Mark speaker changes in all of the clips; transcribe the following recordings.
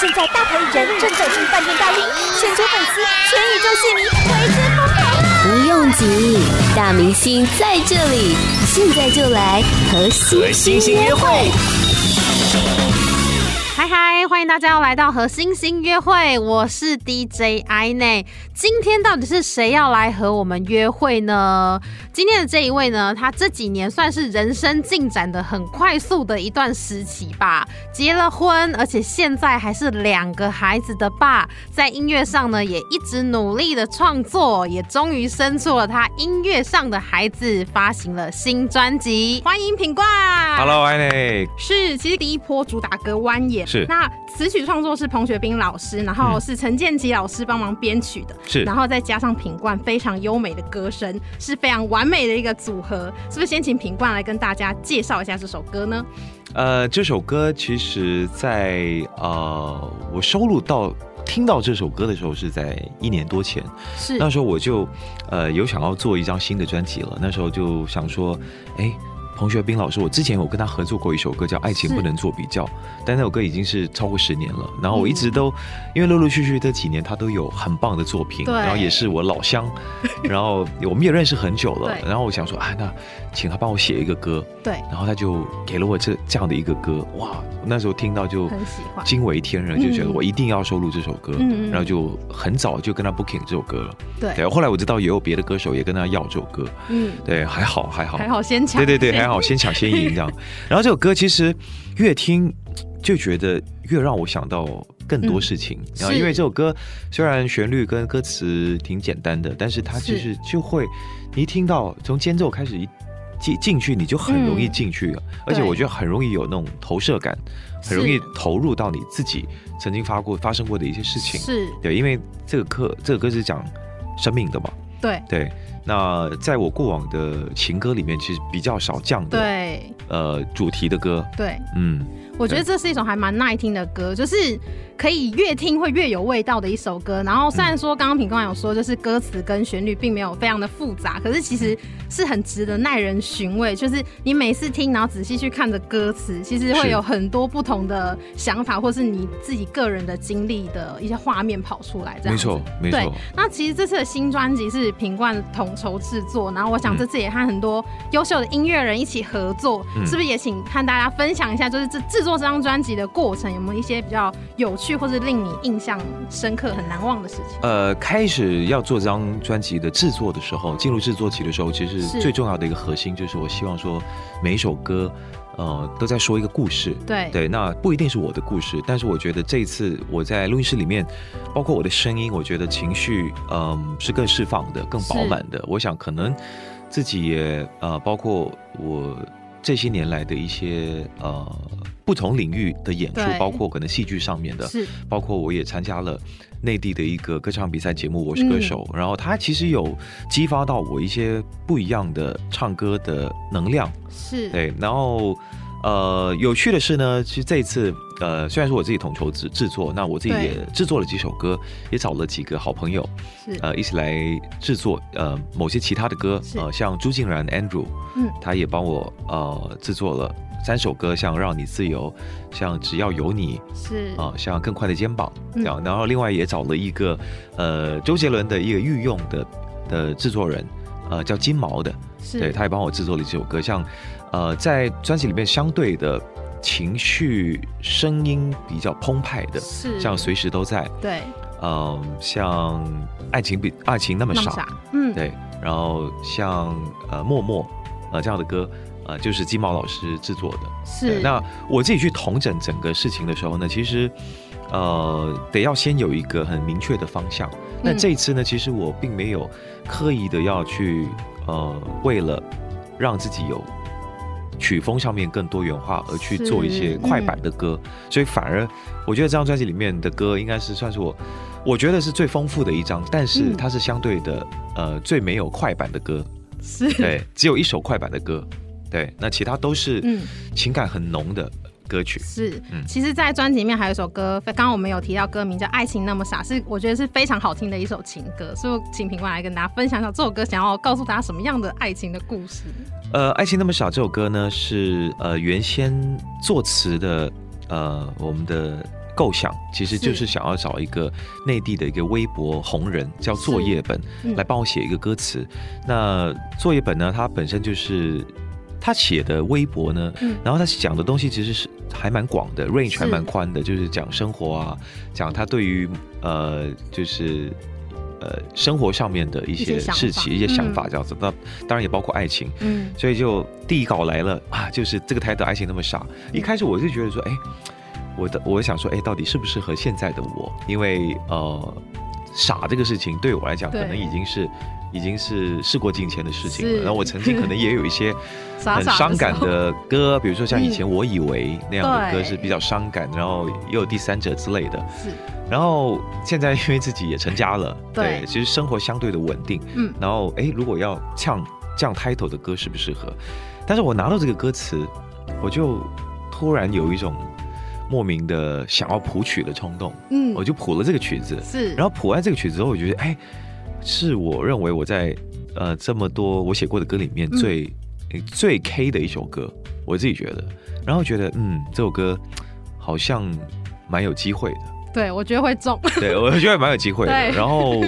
Speaker 1: 现在大牌艺人正走进饭店大厅，全球粉丝、全宇宙戏迷为之疯狂啊了。
Speaker 2: 不用急，大明星在这里，现在就来和
Speaker 3: 和
Speaker 2: 星
Speaker 3: 星星约会。
Speaker 4: 嗨嗨，欢迎大家要来到和星星约会，我是 DJ I 内。今天到底是谁要来和我们约会呢？今天的这一位呢，他这几年算是人生进展的很快速的一段时期吧，结了婚，而且现在还是两个孩子的爸，在音乐上呢也一直努力的创作，也终于生出了他音乐上的孩子，发行了新专辑。欢迎品冠
Speaker 3: Hello，艾内，
Speaker 5: 是，其实第一波主打歌《蜿蜒》
Speaker 3: 是嗯
Speaker 5: 那词曲创作是彭学斌老师，然后是陈建奇老师帮忙编曲的，
Speaker 3: 是
Speaker 5: 然后再加上品冠非常优美的歌声，是非常完美的一个组合。是不是先请品冠来跟大家介绍一下这首歌呢？
Speaker 3: 呃，这首歌其实在，呃，我收录到听到这首歌的时候是在一年多前，
Speaker 5: 是
Speaker 3: 那时候我就呃有想要做一张新的专辑了，那时候就呃想说，哎。彭学斌老师，我之前有跟他合作过一首歌叫《爱情
Speaker 5: 是
Speaker 3: 不能做比较》，但那首歌已经是超过十年了。然后我一直都，因为陆陆续续这几年他都有很棒的作品，
Speaker 5: 对
Speaker 3: 然后也是我 老乡，然后我们也认识很久了。
Speaker 5: 对
Speaker 3: 然后我想说，啊，那请他帮我写一个歌，
Speaker 5: 对，
Speaker 3: 然后他就给了我这这样的一个歌，哇！那时候听到就
Speaker 5: 很喜欢
Speaker 3: 惊为天人，就觉得
Speaker 5: 嗯
Speaker 3: 我一定要收录这首歌，
Speaker 5: 嗯嗯
Speaker 3: 然后就很早就跟他 booking 这首歌了。
Speaker 5: 对
Speaker 3: 后来我知道也有别的歌手也跟他要这首歌，
Speaker 5: 嗯，
Speaker 3: 对，还好还好，
Speaker 5: 还好先抢，
Speaker 3: 对对对，
Speaker 5: 先
Speaker 3: 还好先抢先赢 这样。然后这首歌其实越听就觉得越让我想到更多事情，
Speaker 5: 嗯
Speaker 3: 然后因为这首歌虽然旋律跟歌词挺简单的，但是它其实就会你一听到从间奏开始一。进进去你就很容易进去，而且
Speaker 5: 嗯对
Speaker 3: 我觉得很容易有那种投射感，很容易投入到你自己曾经发过发生过的一些事情。
Speaker 5: 是，
Speaker 3: 对，因为这个歌这个歌是讲生命的嘛，
Speaker 5: 对
Speaker 3: 对，那在我过往的情歌里面，其实比较少这样的
Speaker 5: 对
Speaker 3: 呃主题的歌，
Speaker 5: 对，
Speaker 3: 嗯，
Speaker 5: 我觉得这是一首还蛮耐听的歌，就是可以越听会越有味道的一首歌。然后虽然说刚刚品冠有说，就是歌词跟旋律并没有非常的复杂，
Speaker 3: 嗯
Speaker 5: 可是其实是很值得耐人寻味。就是你每次听，然后仔细去看的歌词，其实
Speaker 3: 是
Speaker 5: 会有很多不同的想法，或是你自己个人的经历的一些画面跑出来。这样
Speaker 3: 没
Speaker 5: 子
Speaker 3: 错没
Speaker 5: 对
Speaker 3: 错，，
Speaker 5: 那其实这次的新专辑是品冠统筹制作，然后我想这次也和很多优秀的音乐人一起合作，
Speaker 3: 嗯
Speaker 5: 是不是也请和大家分享一下，就是这制作这张专辑的过程有没有一些比较有趣或是令你印象深刻、很难忘的事情？
Speaker 3: 呃，开始要做这张专辑的制作的时候，进入制作期的时候，其实
Speaker 5: 是
Speaker 3: 最重要的一个核心就是我希望说每一首歌，呃，都在说一个故事。
Speaker 5: 对
Speaker 3: 对，那不一定是我的故事，但是我觉得这一次我在录音室里面，包括我的声音，我觉得情绪，嗯、是更释放的、更饱满的。我想可能自己也呃，包括我这些年来的一些呃不同领域的演出，
Speaker 5: 对
Speaker 3: 包括可能戏剧上面的，
Speaker 5: 是
Speaker 3: 包括我也参加了内地的一个歌唱比赛节目《我是歌手》，
Speaker 5: 嗯
Speaker 3: 然后它其实有激发到我一些不一样的唱歌的能量。
Speaker 5: 是，
Speaker 3: 对，然后呃，有趣的是呢，其实这一次呃，虽然说我自己统筹制制作，那我自己
Speaker 5: 对
Speaker 3: 也制作了几首歌，也找了几个好朋友，
Speaker 5: 是
Speaker 3: 呃，一起来制作呃某些其他的歌，
Speaker 5: 是
Speaker 3: 呃，像朱静然 Andrew，
Speaker 5: 嗯
Speaker 3: 他也帮我呃制作了三首歌，像《让你自由》，像《只要有你》。
Speaker 5: 是
Speaker 3: 啊、像更快的肩膀这样，然后另外也找了一个呃周杰伦的一个御用的的制作人，呃叫金毛的，
Speaker 5: 是，
Speaker 3: 对，他也帮我制作了几首歌，像呃在专辑里面相对的情绪声音比较澎湃的，
Speaker 5: 是
Speaker 3: 像随时都在，
Speaker 5: 对
Speaker 3: 嗯、像爱情比爱情那么
Speaker 5: 那么
Speaker 3: 傻，
Speaker 5: 傻，嗯，
Speaker 3: 对，然后像呃默默呃这样的歌，呃就是金毛老师制作的，对
Speaker 5: 是
Speaker 3: 那我自己去统整整个事情的时候呢，其实呃得要先有一个很明确的方向。那
Speaker 5: 嗯
Speaker 3: 这一次呢，其实我并没有刻意的要去呃为了让自己有。曲风上面更多元化，而去
Speaker 5: 是
Speaker 3: 做一些快板的歌，所以反而我觉得这张专辑里面的歌应该是算是我，我觉得是最丰富的一张，但是
Speaker 5: 嗯
Speaker 3: 它是相对的，呃，最没有快板的歌，
Speaker 5: 是，
Speaker 3: 对，只有一首快板的歌，对，那其他都是
Speaker 5: 嗯
Speaker 3: 情感很浓的歌曲。
Speaker 5: 是
Speaker 3: 嗯，
Speaker 5: 其实，在专辑里面还有一首歌，刚刚我们有提到歌名叫《爱情那么傻》，是我觉得是非常好听的一首情歌，所以我请品冠来跟大家分享一下这首歌想要告诉大家什么样的爱情的故事。
Speaker 3: 呃，《爱情那么傻》这首歌呢，是呃原先作词的呃我们的构想，其实就是想要找一个内地的一个微博红人，叫作业本，
Speaker 5: 嗯
Speaker 3: 来帮我写一个歌词。那作业本呢，它本身就是。他写的微博呢，
Speaker 5: 嗯
Speaker 3: 然后他讲的东西其实是还蛮广的，range
Speaker 5: 是
Speaker 3: 还蛮宽的，就是讲生活啊，讲他对于呃，就是呃生活上面的一
Speaker 5: 一些
Speaker 3: 些
Speaker 5: 想
Speaker 3: 事
Speaker 5: 法
Speaker 3: 情、一些想法这样子。那、当然也包括爱情，
Speaker 5: 嗯，
Speaker 3: 所以就第一稿来了啊，就是这个台的爱情那么傻。一开始我是觉得说，哎，我的我想说，哎，到底适不适合现在的我？因为呃，傻这个事情对我来讲，
Speaker 5: 对
Speaker 3: 可能已经是已经是事过境迁的事情了。
Speaker 5: 是
Speaker 3: 然后我曾经可能也有一些
Speaker 5: 傻
Speaker 3: 很
Speaker 5: 傻的
Speaker 3: 伤感
Speaker 5: 时候，
Speaker 3: 的歌，比如说像以前我以为那样的歌
Speaker 5: 对
Speaker 3: 是比较伤感，然后也有第三者之类的。
Speaker 5: 是
Speaker 3: 然后现在因为自己也成家了，
Speaker 5: 对
Speaker 3: 其实生活相对的稳定，
Speaker 5: 嗯
Speaker 3: 然后哎，如果要唱这样 title 的歌适不适合？但是我拿到这个歌词，我就突然有一种莫名的想要谱曲的冲动，
Speaker 5: 嗯
Speaker 3: 我就谱了这个曲子，
Speaker 5: 是，
Speaker 3: 然后谱完这个曲子之后，我觉得哎，是我认为我在呃这么多我写过的歌里面
Speaker 5: 嗯
Speaker 3: 最、最 K 的一首歌，我自己觉得，然后觉得嗯这首歌好像蛮有机会的。
Speaker 5: 对我觉得会中，
Speaker 3: 对，我觉得蛮有机会的。
Speaker 5: 对
Speaker 3: 然后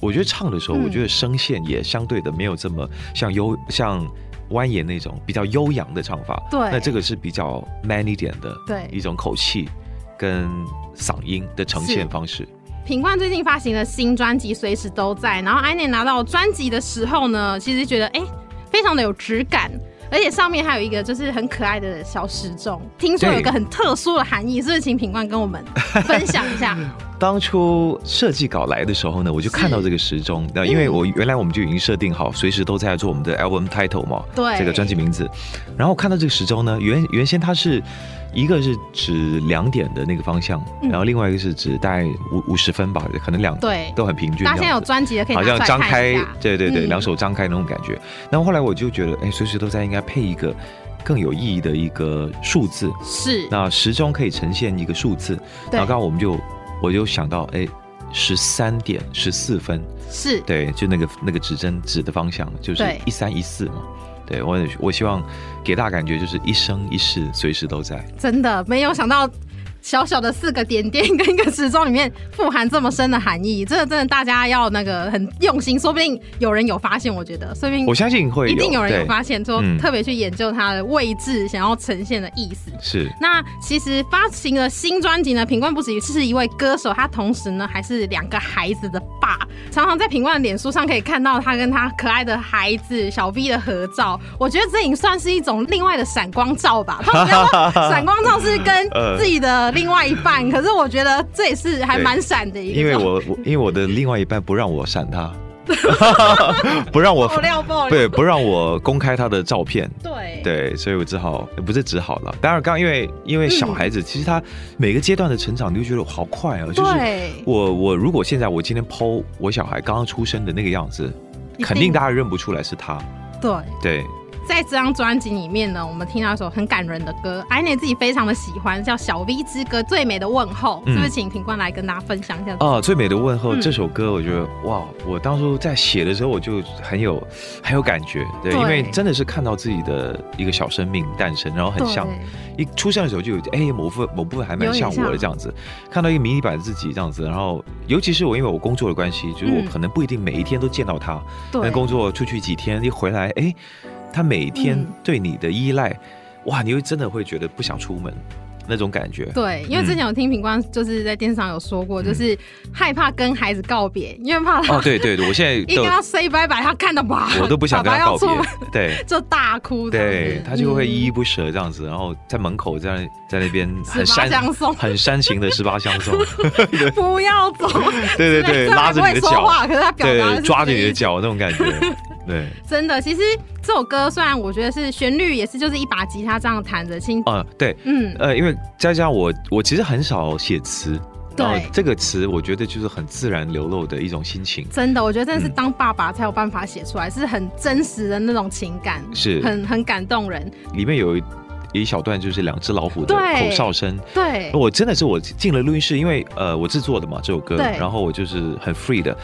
Speaker 3: 我觉得唱的时候，
Speaker 5: 嗯
Speaker 3: 我觉得声线也相对的没有这么像悠像蜿蜒那种比较悠扬的唱法。
Speaker 5: 对
Speaker 3: 那这个是比较 man 一点的，
Speaker 5: 对
Speaker 3: 一种口气跟嗓音的呈现方式。
Speaker 5: 品冠最近发行了新专辑，随时都在。然后安妮拿到专辑的时候呢，其实觉得哎、诶非常的有质感，而且上面还有一个就是很可爱的小时钟，听说有一个
Speaker 3: 对
Speaker 5: 很特殊的含义，是不是请品冠跟我们分享一下？
Speaker 3: 当初设计稿来的时候呢，我就看到这个时
Speaker 5: 嗯
Speaker 3: 钟，那因为我原来我们就已经设定好，随时都在做我们的 album title 嘛，
Speaker 5: 对
Speaker 3: 这个专辑名字。然后看到这个时钟呢，原原先它是一个是指两点的那个方向，
Speaker 5: 嗯
Speaker 3: 然后另外一个是指大概五五十分吧，可能两
Speaker 5: 对
Speaker 3: 都很平均这
Speaker 5: 大家
Speaker 3: 样子。
Speaker 5: 现在有专辑的可以拿
Speaker 3: 好
Speaker 5: 出
Speaker 3: 像
Speaker 5: 来
Speaker 3: 张
Speaker 5: 看
Speaker 3: 开
Speaker 5: 一下，，
Speaker 3: 对对对，
Speaker 5: 嗯
Speaker 3: 两手张开那种感觉。然后后来我就觉得，哎，随时都在应该配一个更有意义的一个数字，
Speaker 5: 是
Speaker 3: 那时钟可以呈现一个数字，
Speaker 5: 对
Speaker 3: 然后刚刚我们就我就想到，哎，十三点十四分，
Speaker 5: 是，
Speaker 3: 对，就那个那个指针指的方向就是
Speaker 5: 对
Speaker 3: 一三一四嘛。对我也我希望给大家感觉就是一生一世随时都在，
Speaker 5: 真的没有想到。小小的四个点点跟一个时钟里面富含这么深的含义，这个真的大家要那个很用心，说不定有人有发现，我觉得，说不定
Speaker 3: 我相信会有，
Speaker 5: 一定有人
Speaker 3: 对
Speaker 5: 有发现，说
Speaker 3: 嗯
Speaker 5: 特别去研究它的位置，想要呈现的意思。
Speaker 3: 是
Speaker 5: 那其实发行了新专辑呢，品冠不只是一位歌手，他同时呢还是两个孩子的爸。常常在品冠的脸书上可以看到他跟他可爱的孩子小 V 的合照，我觉得这已经算是一种另外的闪光照吧。 他们说闪光照是跟
Speaker 3: 呃
Speaker 5: 自己的另外一半，可是我觉得这也是还
Speaker 3: 对
Speaker 5: 蛮闪的一个。
Speaker 3: 嗯因为我我因为我的另外一半不让我闪 他，不让我
Speaker 5: 爆料爆料，
Speaker 3: 对不让我公开他的照片，
Speaker 5: 对
Speaker 3: 对，所以我只好不是只好了。当然，刚因为因为小
Speaker 5: 嗯
Speaker 3: 孩子，其实他每个阶段的成长，你就觉得好快哦。就是
Speaker 5: 对
Speaker 3: 我我如果现在我今天剖我小孩刚刚出生的那个样子，
Speaker 5: 一定
Speaker 3: 肯定大家认不出来是他。
Speaker 5: 对。
Speaker 3: 对，
Speaker 5: 在这张专辑里面呢，我们听到一首很感人的歌，艾内自己非常的喜欢，叫《小 V 之歌》，最美的问候，
Speaker 3: 嗯
Speaker 5: 是不是？请品冠来跟大家分享一下。
Speaker 3: 哦，《最美的问候》
Speaker 5: 嗯
Speaker 3: 这首歌，我觉得哇，我当初在写的时候我就很有很有感觉，对，
Speaker 5: 对
Speaker 3: 因为真的是看到自己的一个小生命诞生，然后很像一出生的时候就有哎、某部分某部分还蛮像我
Speaker 5: 有点像
Speaker 3: 的这样子，看到一个迷你版的自己这样子，然后尤其是我因为我工作的关系，就是我
Speaker 5: 嗯
Speaker 3: 可能不一定每一天都见到他，
Speaker 5: 对
Speaker 3: 但工作出去几天一回来，哎，他每天
Speaker 5: 嗯
Speaker 3: 对你的依赖，哇，你会真的会觉得不想出门那种感觉。嗯
Speaker 5: 对，因为之前有听品冠就是在电视上有说过，就是害怕跟孩子告别，因为怕他
Speaker 3: 哦，对对对，我现在
Speaker 5: 一
Speaker 3: 都
Speaker 5: 跟他 say bye bye，他看到吧，
Speaker 3: 我都不想跟
Speaker 5: 爸
Speaker 3: 他
Speaker 5: 爸
Speaker 3: 告
Speaker 5: 要出门
Speaker 3: 别，对。
Speaker 5: 就大哭这样子，
Speaker 3: 对他就会依依
Speaker 5: 嗯
Speaker 3: 不舍这样子，然后在门口在那在那边很
Speaker 5: 十八
Speaker 3: 煽
Speaker 5: 相送
Speaker 3: 很煽情的十八相 送，
Speaker 5: 不要走，之类
Speaker 3: 对对对，
Speaker 5: 虽然
Speaker 3: 拉着你的
Speaker 5: 不会说
Speaker 3: 脚，
Speaker 5: 话可是他表达的
Speaker 3: 对，
Speaker 5: 是
Speaker 3: 抓着你
Speaker 5: 这个意
Speaker 3: 的
Speaker 5: 思
Speaker 3: 脚那种感觉， 对。
Speaker 5: 真的，其实这首歌虽然我觉得是旋律也是就是一把吉他这样弹着轻，
Speaker 3: 啊、对，
Speaker 5: 嗯，
Speaker 3: 呃，因为再加上我，我其实很少写词，然后
Speaker 5: 对
Speaker 3: 这个词，我觉得就是很自然流露的一种心情，
Speaker 5: 真的，我觉得真
Speaker 3: 嗯
Speaker 5: 的是当爸爸才有办法写出来，是很真实的那种情感，
Speaker 3: 是
Speaker 5: 很很感动人。
Speaker 3: 里面有一有一小段就是两只老虎的
Speaker 5: 对
Speaker 3: 口哨声。
Speaker 5: 对，
Speaker 3: 我真的是我进了录音室，因为呃我制作的嘛这首歌，
Speaker 5: 对
Speaker 3: 然后我就是很 free 的，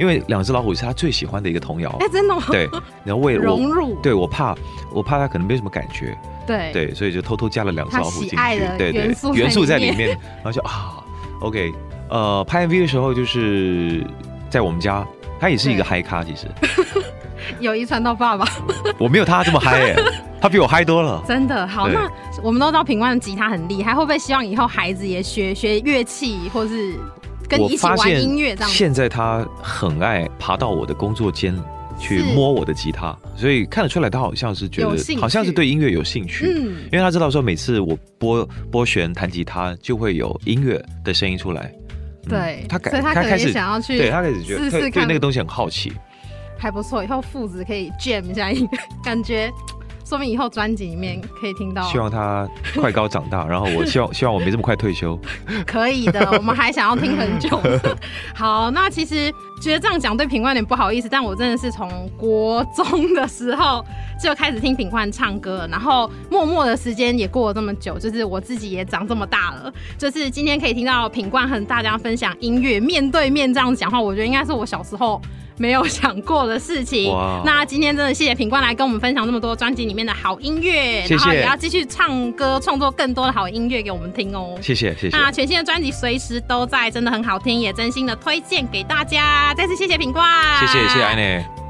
Speaker 3: 因为两只老虎是他最喜欢的一个童谣
Speaker 5: 哎、，真的吗？
Speaker 3: 对，然后为了
Speaker 5: 融
Speaker 3: 我。
Speaker 5: 入，
Speaker 3: 对，我怕，我怕他可能没什么感觉，
Speaker 5: 对
Speaker 3: 对，所以就偷偷加了两只老虎进去
Speaker 5: 他喜爱的，
Speaker 3: 对对
Speaker 5: 元素，在
Speaker 3: 元素在里
Speaker 5: 里
Speaker 3: 面，然后就啊，OK，呃，拍 MV 的时候就是在我们家，他也是一个
Speaker 5: 对
Speaker 3: 嗨咖，其实
Speaker 5: 有遗传到爸爸，
Speaker 3: 我没有他这么嗨耶，他比我嗨 多了。
Speaker 5: 真的好。
Speaker 3: 对
Speaker 5: 那我们都知道品冠的吉他很厉害，会不会希望以后孩子也学学乐器，或是跟你
Speaker 3: 我
Speaker 5: 一起
Speaker 3: 发
Speaker 5: 玩
Speaker 3: 现
Speaker 5: 音乐这样子？
Speaker 3: 现在他很爱爬到我的工作间去
Speaker 5: 是
Speaker 3: 摸我的吉他，所以看得出来他好像是觉
Speaker 5: 有兴
Speaker 3: 得
Speaker 5: 趣
Speaker 3: 好像是对音乐有兴趣。
Speaker 5: 嗯，
Speaker 3: 因为他知道说，每次我拨拨弦弹吉他，就会有音乐的声音出来。嗯
Speaker 5: 对，
Speaker 3: 他感
Speaker 5: 所以他可能
Speaker 3: 开
Speaker 5: 也
Speaker 3: 始
Speaker 5: 想要去，
Speaker 3: 对他开始觉得
Speaker 5: 试
Speaker 3: 对
Speaker 5: 试
Speaker 3: 对
Speaker 5: 看
Speaker 3: 那个东西很好奇。
Speaker 5: 还不错，以后父子可以 jam 一下音乐，感觉说明以后专辑里面可以听到，
Speaker 3: 希望他快高长大，然后我希望希 望我没这么快 退休。
Speaker 5: 可以的，我们还想要听很久。好，那其实觉得这样讲对品冠有点不好意思，但我真的是从国中的时候就开始听品冠唱歌了，然后默默的时间也过了这么久，就是我自己也长这么大了，就是今天可以听到品冠和大家分享音乐，面对面这样讲话，我觉得应该是我小时候。没有想过的事情
Speaker 3: 哇。
Speaker 5: 那今天真的谢谢品冠来跟我们分享这么多专辑里面的好音乐，
Speaker 3: 谢谢
Speaker 5: 然后也要继续唱歌，创作更多的好音乐给我们听哦。
Speaker 3: 谢谢谢谢，
Speaker 5: 那全新的专辑随时都在，真的很好听，也真心的推荐给大家。再次谢谢品冠，
Speaker 3: 谢谢谢谢安。内。